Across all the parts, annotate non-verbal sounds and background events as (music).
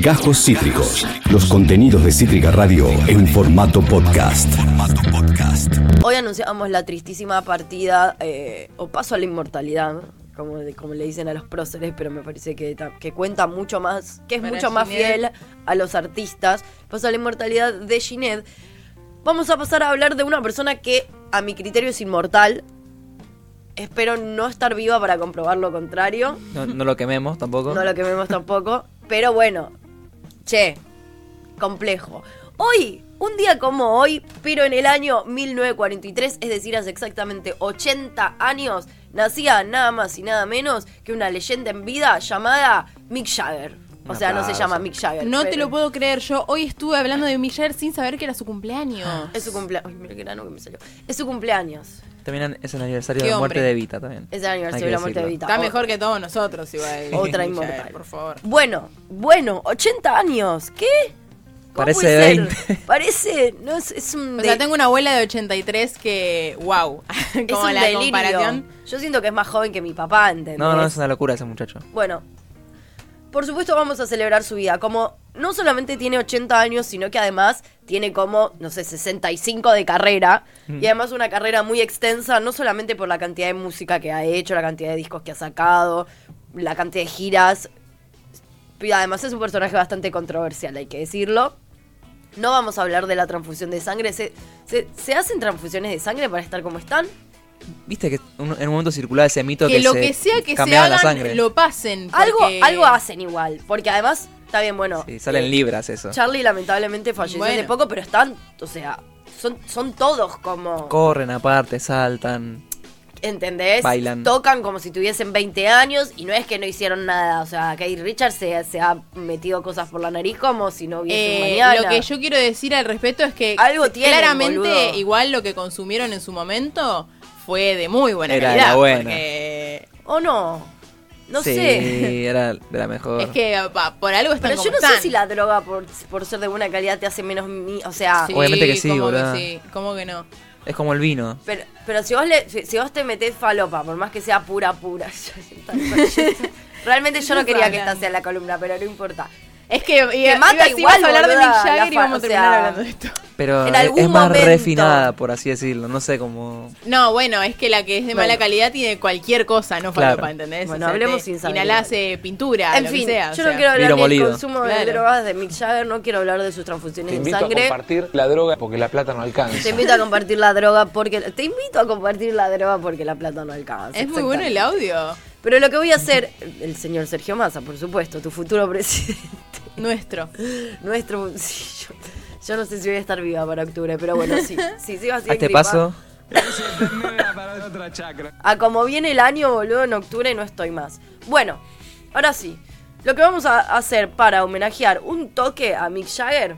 Gajos Cítricos. Los contenidos de Cítrica Radio en formato podcast. Hoy anunciábamos la tristísima partida eh, o paso a la inmortalidad, ¿no? como, de- como le dicen a los próceres, pero me parece que, ta- que cuenta mucho más, que es Para mucho más Ginette. fiel a los artistas. Paso a la inmortalidad de Ginette. Vamos a pasar a hablar de una persona que a mi criterio es inmortal. Espero no estar viva para comprobar lo contrario. No, no lo quememos tampoco. No lo quememos tampoco. Pero bueno, che, complejo. Hoy, un día como hoy, pero en el año 1943, es decir, hace exactamente 80 años, nacía nada más y nada menos que una leyenda en vida llamada Mick Jagger. O Un sea, no se aplauso. llama Mick Jagger. No te pero lo puedo creer, yo hoy estuve hablando de Mick Jagger sin saber que era su cumpleaños. Ah, Es su cumpleaños. Ay, mira qué grano que me salió. Es su cumpleaños. También es el aniversario Qué de la hombre. muerte de Evita también. Es el aniversario Hay que de la muerte de Evita. decirlo. Está O- mejor que todos nosotros igual. (laughs) (laughs) Otra Mick Jagger, inmortal. Por favor. Bueno, bueno, 80 años. ¿Qué? ¿Cómo Parece puede ser? 20. Parece, no es, es un. O de- sea, tengo una abuela de 83 que, (laughs) wow, Es como un la delirio. comparación. Yo siento que es más joven que mi papá, ¿entendés? No, no, es una locura ese muchacho. Bueno, por supuesto vamos a celebrar su vida. Como no solamente tiene 80 años, sino que además tiene como, no sé, 65 de carrera. Mm. Y además una carrera muy extensa, no solamente por la cantidad de música que ha hecho, la cantidad de discos que ha sacado, la cantidad de giras. Y además es un personaje bastante controversial, hay que decirlo. No vamos a hablar de la transfusión de sangre. ¿Se, se, se hacen transfusiones de sangre para estar como están? Viste que un- en un momento circulaba ese mito que, Que lo se que sea que se cambiaba la hagan, sangre. lo pasen. Algo, porque- algo hacen igual, porque además, está bien, bueno. Sí, salen eh, libras eso. Charlie lamentablemente falleció hace Bueno. poco, pero están, o sea, son, son todos como. Corren aparte, saltan. ¿Entendés? Bailan. Tocan como si tuviesen 20 años y no es que no hicieron nada. O sea, Kate Richards se, se ha metido cosas por la nariz como si no hubiese un Eh, mañana. lo que yo quiero decir al respecto es que Algo tienen, claramente boludo. igual lo que consumieron en su momento fue de muy buena Era de la calidad. buena. porque ¿O no? No sí, sé. era de la mejor. es que pa, por algo están Pero yo como no sé están. si la droga por, por ser de buena calidad te hace menos. mi- O sea. Sí, Obviamente que sí, ¿cómo boluda. sí? ¿Cómo que no? Es como el vino. Pero, pero si vos le, si, si vos te metés falopa, por más que sea pura, pura. (laughs) (laughs) Realmente yo no quería que esta sea la columna, pero no importa. Es que iba, mata iba- igual, ibas a hablar de boluda, Mick Jagger la y vamos fa- a o terminar sea- hablando de esto. Pero En es, algún es más momento. refinada, por así decirlo. No sé cómo. No, bueno, es que la que es de mala Bueno. calidad tiene cualquier cosa, no Claro. falopa, ¿entendés? Bueno, hablemos te sin saber. Inhalás eh, pintura, en lo fin, que sea. o yo sea. no quiero hablar Vino del molido. consumo de Claro. drogas de Mick Jagger, no quiero hablar de sus Te transfusiones de invito a sangre. compartir la droga porque la plata no Te alcanza. invito a compartir la droga porque. Te invito a compartir la droga porque la plata no alcanza. Es muy bueno el exactamente. audio. Pero lo que voy a hacer, el señor Sergio Massa, por supuesto, tu futuro presidente. (laughs) Nuestro. Nuestro bolsillo. Yo no sé si voy a estar viva para octubre, pero bueno, sí. Sí, sí, va a A ser este gripa. paso, A como viene el año, boludo, en octubre no estoy más. Bueno, ahora sí. Lo que vamos a hacer para homenajear un toque a Mick Jagger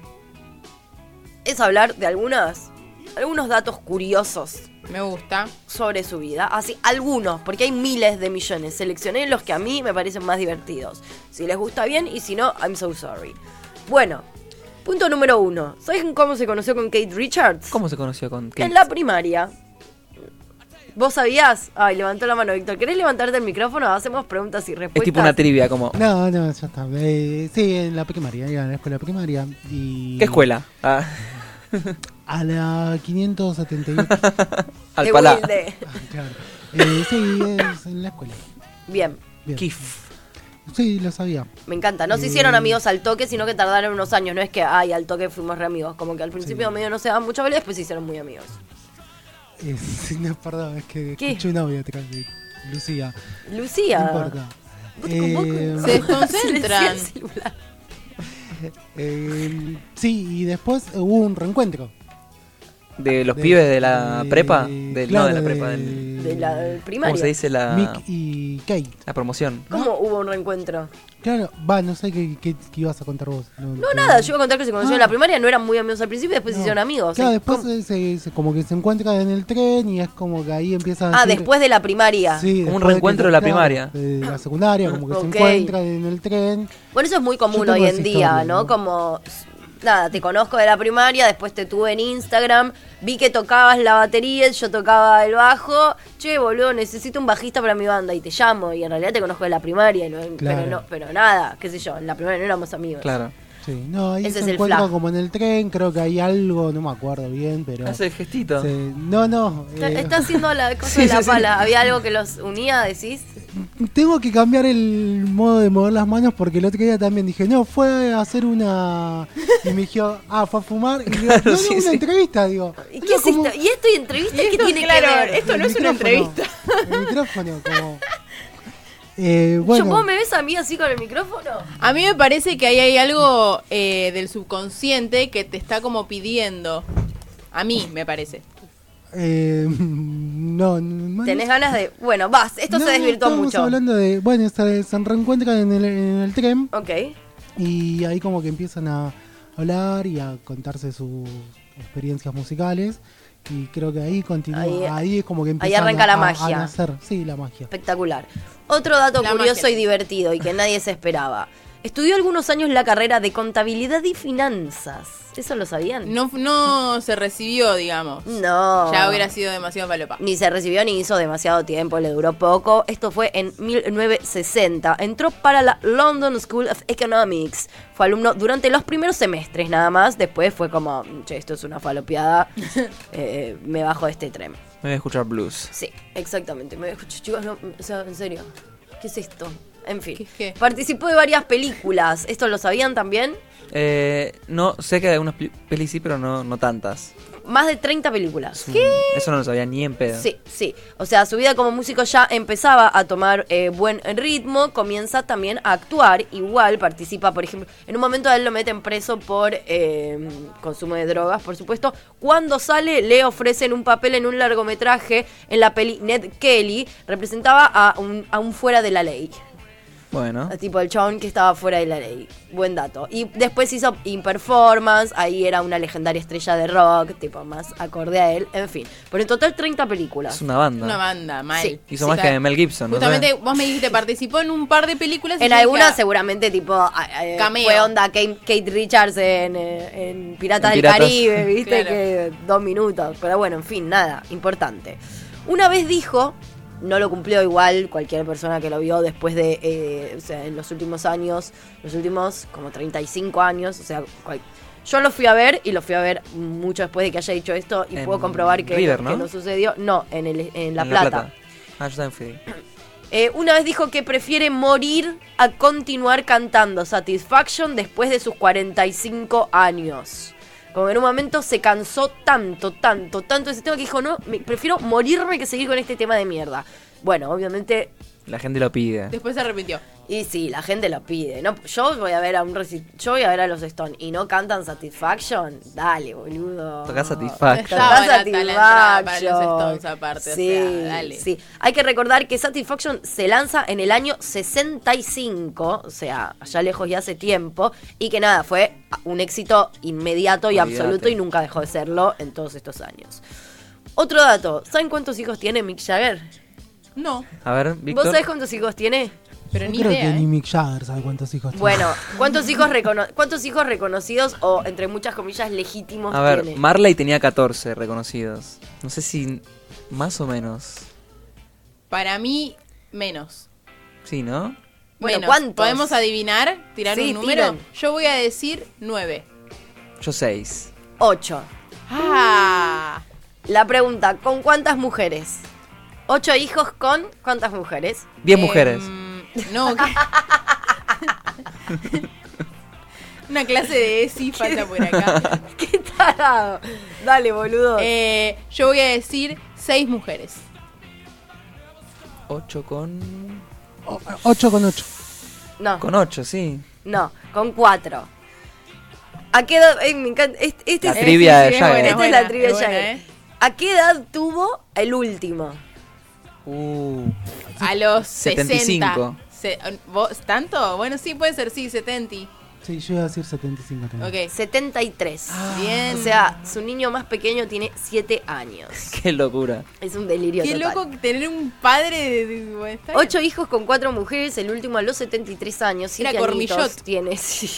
es hablar de algunas, algunos datos curiosos Me gusta. sobre su vida. Así, algunos, porque hay miles de millones. Seleccioné los que a mí me parecen más divertidos. Si les gusta bien y si no, I'm so sorry. Bueno, punto número uno. ¿Saben cómo se conoció con Kate Richards? ¿cómo se conoció con Kate? En la primaria. ¿Vos sabías? Ay, levantó la mano, Víctor. ¿Querés levantarte el micrófono? Hacemos preguntas y respuestas. Es tipo una trivia, como. No, no, ya está. Eh, sí, en la primaria, iba a la escuela primaria. Y ¿Qué escuela? Ah, A la 578. (laughs) al De palá. Wilde. Ah, claro. Eh, sí, es en la escuela. Bien, Bien. Kif. Sí, lo sabía. me encanta. No se Mm. hicieron amigos al toque, sino que tardaron unos años. No es que, ay, al toque fuimos re amigos. Como que al principio medio no se daban mucha bola y después se hicieron muy amigos. Eh, sí, no, perdón, es que ¿Qué? escuché un audio atrás de Lucía. Lucía. No (laughs) importa. Vos te- vos- Eh, Se desconcentran. Se le decía el celular. Eh, sí, y después hubo un reencuentro. De los pibes de la de- prepa. Del, no, de la claro, prepa. del- De la primaria. ¿Cómo se dice la, Mick y Kate. la promoción? ¿Cómo hubo un reencuentro? Claro, va, no sé qué, qué- qué ibas a contar vos. No, nada, yo iba a contar que se conocieron en Ah. la primaria, no eran muy amigos al principio, después se No. hicieron pues amigos. Claro, ¿Y después cómo? se, se- como que se encuentran en el tren y es como que ahí empiezan a Ah, decir- después de la primaria. Sí, Como un después reencuentro que- de la claro, primaria. De la secundaria, como que Ok. se encuentran en el tren. Bueno, eso es muy común Yo tengo hoy en esa día, historia, ¿no? ¿no? Como nada, te conozco de la primaria, después te tuve en Instagram, vi que tocabas la batería, yo tocaba el bajo, che, boludo, necesito un bajista para mi banda y te llamo y en realidad te conozco de la primaria, y no- Claro. pero, no, pero nada, qué sé yo, en la primaria no éramos amigos. Claro. Sí, no, ahí Ese es se el encuentra flag. como en el tren, creo que hay algo, no me acuerdo bien, pero... Hace el gestito. se- no, no. Está, eh, está haciendo la cosa Sí, de la sí, sí. pala, había algo que los unía, decís. (laughs) Tengo que cambiar el modo de mover las manos porque el otro día también dije, no, fue a hacer una... Y me dijo, ah, fue a fumar. Y digo, (laughs) Claro, no, no, sí, una sí. entrevista, digo. ¿Y qué es esto? ¿Y esto y entrevista? ¿Qué esto, tiene que claro, ver? Esto no es una entrevista. El micrófono, como... Eh, bueno, Yo, ¿Vos me ves a mí así con el micrófono? A mí me parece que ahí hay algo eh, del subconsciente que te está como pidiendo. A mí, me parece. eh, no, no, ¿Tenés ganas de.? Bueno, vas, esto no, se desvirtuó estábamos mucho. hablando de... Bueno, se, se reencuentran en el, en el tren. Ok. Y ahí como que empiezan a hablar y a contarse sus experiencias musicales. Y creo que ahí continúa, Ahí- eh, ahí, es como que ahí empieza arranca a, la a- a magia. nacer. Sí, la magia. Espectacular. Otro dato La curioso magia. y divertido y (laughs) que nadie se esperaba. Estudió algunos años la carrera de contabilidad y finanzas. ¿Eso lo sabían? No, no se recibió, digamos. No. Ya hubiera sido demasiado palopa. Ni se recibió ni hizo demasiado tiempo, le duró poco. Esto fue en 1960. Entró para la London School of Economics. Fue alumno durante los primeros semestres nada más. Después fue como, che, esto es una (laughs) falopeada. Eh, me bajo de este tren. Me voy a escuchar blues. Sí, exactamente. Me escucho, chicos, no, o sea, en serio. ¿Qué es esto? En fin. ¿Qué es qué? Participó de varias películas. ¿Esto lo sabían también? Eh, no, sé que hay algunas pli- pelis sí, pero no, no tantas. Más de 30 películas. Mm, Eso no lo sabía ni en pedo. Sí, sí. O sea, su vida como músico ya empezaba a tomar eh, buen ritmo, comienza también a actuar, igual participa, por ejemplo, en un momento a él lo meten preso por eh, consumo de drogas, por supuesto. Cuando sale, le ofrecen un papel en un largometraje en la peli Ned Kelly, representaba a un, a un fuera de la ley. Bueno. Ah, Tipo el chabón que estaba fuera de la ley. Buen dato. Y después hizo Imperformance, ahí era una legendaria estrella de rock, tipo más acorde a él, en fin. Pero en total 30 películas. Es una banda. Una banda, mal. Sí. Hizo más que Mel Gibson, ¿no? Justamente vos me dijiste, participó en un par de películas. y En yo algunas dije, seguramente tipo ah, eh, Cameo. fue onda Kate, Kate Richards en, eh, en Piratas En del Piratas. (laughs) Caribe, viste Claro. que dos minutos, pero bueno, en fin, nada, importante. Una vez dijo, no lo cumplió igual cualquier persona que lo vio después de, eh, o sea, en los últimos años, los últimos como 35 años, o sea, cual- yo lo fui a ver y lo fui a ver mucho después de que haya dicho esto y En puedo comprobar que, River, que ¿no? no sucedió, no, en, el, en La En Plata. Ah, yo también fui. Eh, una vez dijo que prefiere morir a continuar cantando Satisfaction después de sus 45 años. Como en un momento se cansó tanto, tanto, tanto de ese tema que dijo, no, me- prefiero morirme que seguir con este tema de mierda. Bueno, obviamente, La gente lo pide. Después se arrepintió. y sí, la gente lo pide. No, yo voy a ver a un reci- yo voy a ver a los Stone y no cantan Satisfaction. Dale, boludo. Tocá Satisfaction. Está barata la Satisfaction. entrada para los Stones aparte, o Sí, sea, dale. sí. Hay que recordar que Satisfaction se lanza en el año 65, o sea, allá lejos y hace tiempo, y que nada, fue un éxito inmediato y Olvídate. absoluto y nunca dejó de serlo en todos estos años. Otro dato, ¿saben cuántos hijos tiene Mick Jagger? No, A ver, ¿Vos Víctor. sabés cuántos hijos tiene? pero Yo ni creo idea. que ¿eh? ni Mick Jagger sabe cuántos hijos tiene. Bueno, ¿cuántos hijos, recono- ¿cuántos hijos reconocidos o entre muchas comillas legítimos A ver, tiene? Marley tenía 14 reconocidos. No sé si más o menos. Para mí, menos. Sí, ¿no? Bueno, Menos. ¿cuántos? ¿Podemos adivinar? ¿Tirar Sí, un número? tiren. Yo voy a decir nueve. Yo 6. Ocho. ¡Ah! La pregunta, ¿con cuántas mujeres? Ocho hijos con cuántas mujeres? (laughs) 10 Eh, mujeres. mm, No, ¿qué? Una clase de ESI falta por acá. ¡Qué tarado! Dale, boludo. Eh, yo voy a decir seis mujeres. 8 con. O- Oh, Ocho con ocho. no, Con 8, sí. no, con cuatro. ¿A qué edad? eh, me encanta- Este, este La es, Eh, trivia sí, de sí, es Jagger. buena, esta eh. es la buena, trivia es ya. buena, eh. eh. ¿A qué edad tuvo el último? Uh, (laughs) A los 75. 60. Se- ¿Vos tanto? Bueno, sí, puede ser, sí, 70. Sí, yo iba a decir 75 Ah. también. Ok. 73. Eh. Ah. Bien. O sea, su niño más pequeño tiene 7 años. Qué locura. Es un delirio Qué total. loco tener un padre de. de- bueno, está bien. Ocho hijos con cuatro mujeres, el último a los 73 años. Era Siete añitos Cormillot. tiene, (laughs) sí.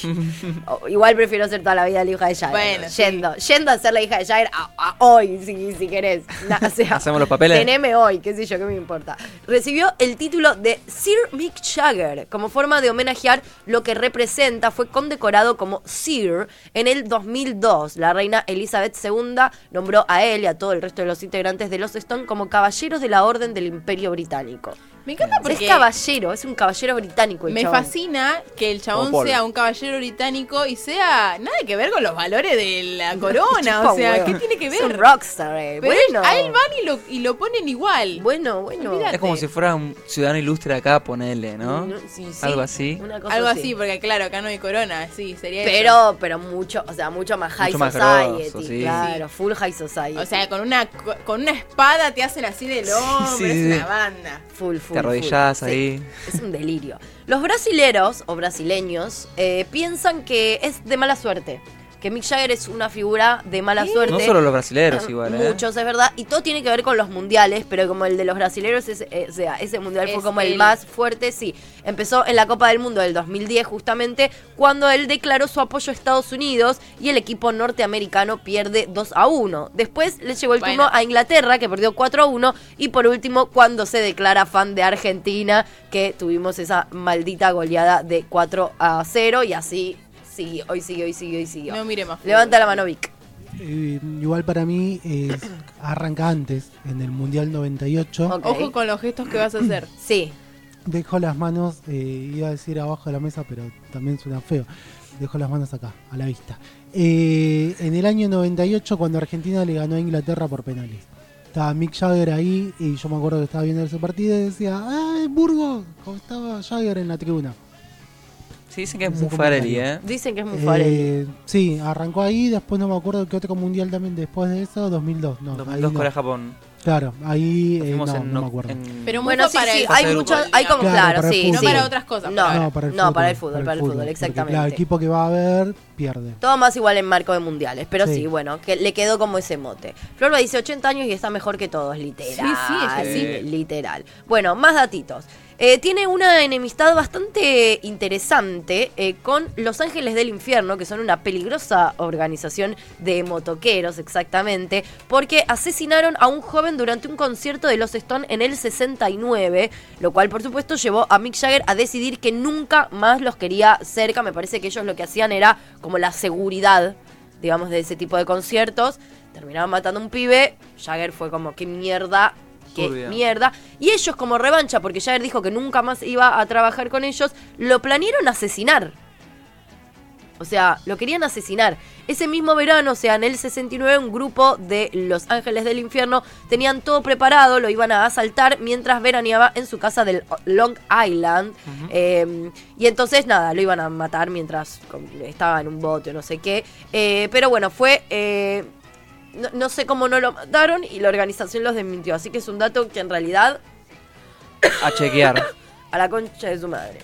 O- igual prefiero ser toda la vida la hija de Jair. Bueno, sí. yendo, yendo a ser la hija de Jair a- a hoy, si, si querés. Na- o sea, Hacemos los papeles. Teneme hoy, qué sé yo, qué me importa. Recibió el título de Sir Mick Jagger como forma de homenajear lo que representa. Fue condecorado como Sir en el 2002. La reina Elizabeth II nombró a él y a todo el resto de los integrantes de los Stone como caballeros de la Orden del Imperio Británico. Me encanta Es porque. caballero, es un caballero británico. el Me chabón. fascina que el chabón Como Paul. sea un caballero británico y sea nada que ver con los valores de (laughs) la corona. Chupa o sea, huevo. ¿qué tiene que ver? Es un rockstar, eh. Pero bueno. a él van y lo, y lo ponen igual. Bueno, bueno. Olvídate. Es como si fuera un ciudadano ilustre acá, ponele, ¿no? No, sí, sí. Algo así. Una cosa Algo así, porque claro, acá no hay corona, sí, sería eso. Pero, pero mucho, o sea, mucho más high Mucho más society. grosso, sí. Claro, full high society. O sea, con una co- con una espada te hacen así del hombre, sí, es sí. una banda. full, full. Te arrodillás full. Sí, ahí. Es un delirio. Los brasileros o brasileños eh, piensan que es de mala suerte. Que Mick Jagger es una figura de mala suerte. No solo los brasileros igual, ¿eh? Muchos, es verdad. Y todo tiene que ver con los mundiales, pero como el de los brasileños, es, eh, o sea, ese mundial fue Es como el el- más fuerte, sí. Empezó en la Copa del Mundo del 2010, justamente, cuando él declaró su apoyo a Estados Unidos y el equipo norteamericano pierde 2 a 1. Después le llegó el Bueno. turno a Inglaterra, que perdió 4 a 1. Y por último, cuando se declara fan de Argentina, que tuvimos esa maldita goleada de 4 a 0. Y así sigue, hoy sigue, hoy sigue, hoy sigue. No mire más. fútbol. Levanta la mano, Vic. Eh, igual para mí es- (coughs) arranca antes, en el Mundial 98. Ok. Ojo con los gestos que vas a hacer. Sí. Dejó las manos, eh, iba a decir abajo de la mesa, pero también suena feo. Dejó las manos acá, a la vista. Eh, en el año 98, cuando Argentina le ganó a Inglaterra por penales. Estaba Mick Jagger ahí y yo me acuerdo que estaba viendo ese partido y decía, ¡Ah, Burgos! Como estaba Jagger en la tribuna. Sí, dicen que es No sé muy cómo fareli, era. ¿eh? Dicen que es muy Eh, fareli. sí, arrancó ahí, después no me acuerdo qué otro mundial también después de eso, 2002. No, ahí 2002 no. Corea Japón. Claro, ahí eh, no, Fuimos en no me oc- acuerdo. en- (clears throat) Pero Bueno, mucho sí, para sí, el hay fútbol, muchos, digamos. hay como, Claro, claro, para el sí. fútbol. No sí. para otras cosas. No, para- No, para el no, fútbol. para el fútbol, para el fútbol, porque, exactamente. Claro, el equipo que va a ver pierde. Todo más igual en marco de mundiales, pero sí, Sí. bueno, que le quedó como ese mote. Florba dice 80 años y está mejor que todos, literal. Sí, sí, es que sí. Literal. Bueno, más datitos. Eh, tiene una enemistad bastante interesante eh, con Los Ángeles del Infierno, que son una peligrosa organización de motoqueros, exactamente, porque asesinaron a un joven durante un concierto de los Stone en el 69, lo cual, por supuesto, llevó a Mick Jagger a decidir que nunca más los quería cerca. Me parece que ellos lo que hacían era como la seguridad digamos, de ese tipo de conciertos. Terminaban matando a un pibe. Jagger fue como, qué mierda, qué Turbia. mierda. Y ellos, como revancha, porque Jagger dijo que nunca más iba a trabajar con ellos, lo planearon asesinar. O sea, lo querían asesinar. Ese mismo verano, o sea, en el 69, un grupo de Los Ángeles del Infierno tenían todo preparado, lo iban a asaltar mientras veraneaba en su casa del Long Island. Eh, y entonces, nada, lo iban a matar mientras com- estaba en un bote o no sé qué. Eh, pero bueno, fue... eh, no, no sé cómo no lo mataron y la organización los desmintió. Así que es un dato que en realidad A chequear. a la concha de su madre.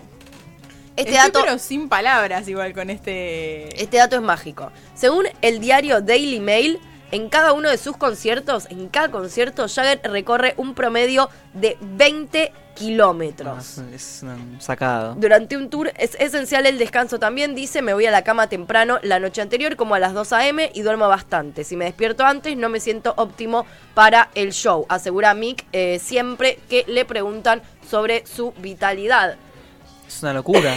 Este Estoy, dato pero sin palabras igual con este... Este dato es mágico. Según el diario Daily Mail, en cada uno de sus conciertos, en cada concierto, Jagger recorre un promedio de 20 No, kilómetros. es es un sacado. Durante un tour es esencial el descanso también, dice, me voy a la cama temprano la noche anterior, como a las 2 a.m. y duermo bastante. Si me despierto antes, no me siento óptimo para el show, asegura Mick eh, siempre que le preguntan sobre su vitalidad. Es una locura.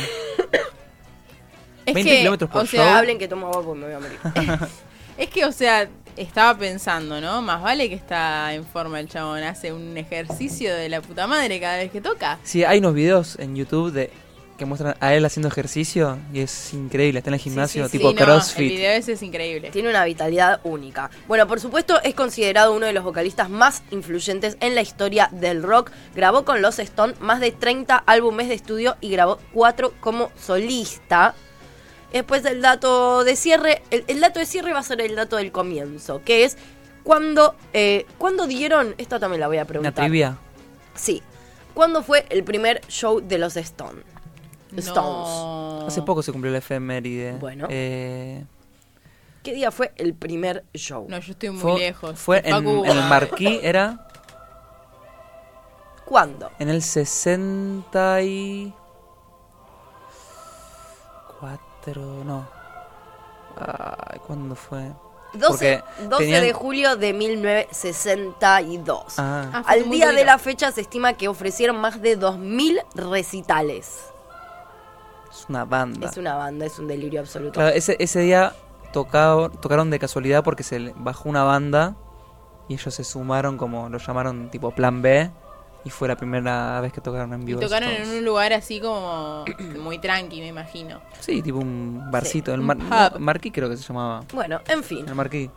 Es 20 que, kilómetros por o show. sea, Hablen que tomo agua porque me voy a morir. Es que, o sea, estaba pensando, ¿no? Más vale que está en forma el chabón. Hace un ejercicio de la puta madre cada vez que toca. Sí, hay unos videos en YouTube de que muestran a él haciendo ejercicio y es increíble. Está en el gimnasio Sí, sí, tipo sí, no, CrossFit. el video ese es increíble. Tiene una vitalidad única. Bueno, por supuesto es considerado uno de los vocalistas más influyentes en la historia del rock. Grabó con los Stone más de 30 álbumes de estudio y grabó 4 como solista. Después del dato de cierre, el, el dato de cierre va a ser el dato del comienzo, que es cuando, eh, ¿cuándo dieron, esta también la voy a Una preguntar. trivia. Sí. ¿Cuándo fue el primer show de los Stone? The Stones. No. Hace poco se cumplió la efeméride. Bueno. Eh, ¿Qué día fue el primer show? No, yo estoy muy fue lejos. fue Fue en, en el (laughs) Marquí, era ¿Cuándo? en el 64. No. Ay, ¿Cuándo fue? 12, Porque 12 tenían- de julio de 1962. Ah. Ah, fue Al muy día de duro. la fecha se estima que ofrecieron más de 2.000 recitales. Es una banda. Es una banda, es un delirio absoluto. Claro, ese, ese día tocao- tocaron de casualidad porque se le- bajó una banda y ellos se sumaron como lo llamaron tipo plan B y fue la primera vez que tocaron en Y vivo. los tocaron en Stones. un lugar así como muy tranqui, me imagino. Sí, tipo un barcito, el un mar, pub. no, Marquí creo que se llamaba. Bueno, en fin. El Marquí.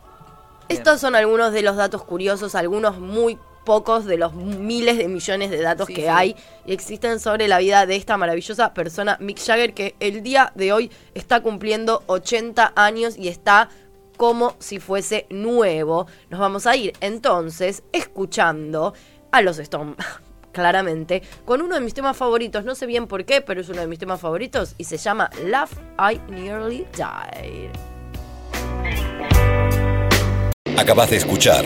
Estos son algunos de los datos curiosos, algunos muy pocos de los miles de millones de datos Sí, que sí. hay y existen sobre la vida de esta maravillosa persona, Mick Jagger, que el día de hoy está cumpliendo 80 años y está como si fuese nuevo. Nos vamos a ir entonces escuchando a los Stones, (laughs) claramente, con uno de mis temas favoritos, no sé bien por qué, pero es uno de mis temas favoritos y se llama Love I Nearly Died. Acabas de escuchar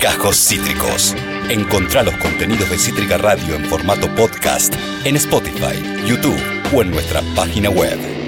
Cajos Cítricos. Encontrá los contenidos de Cítrica Radio en formato podcast en Spotify, YouTube o en nuestra página web.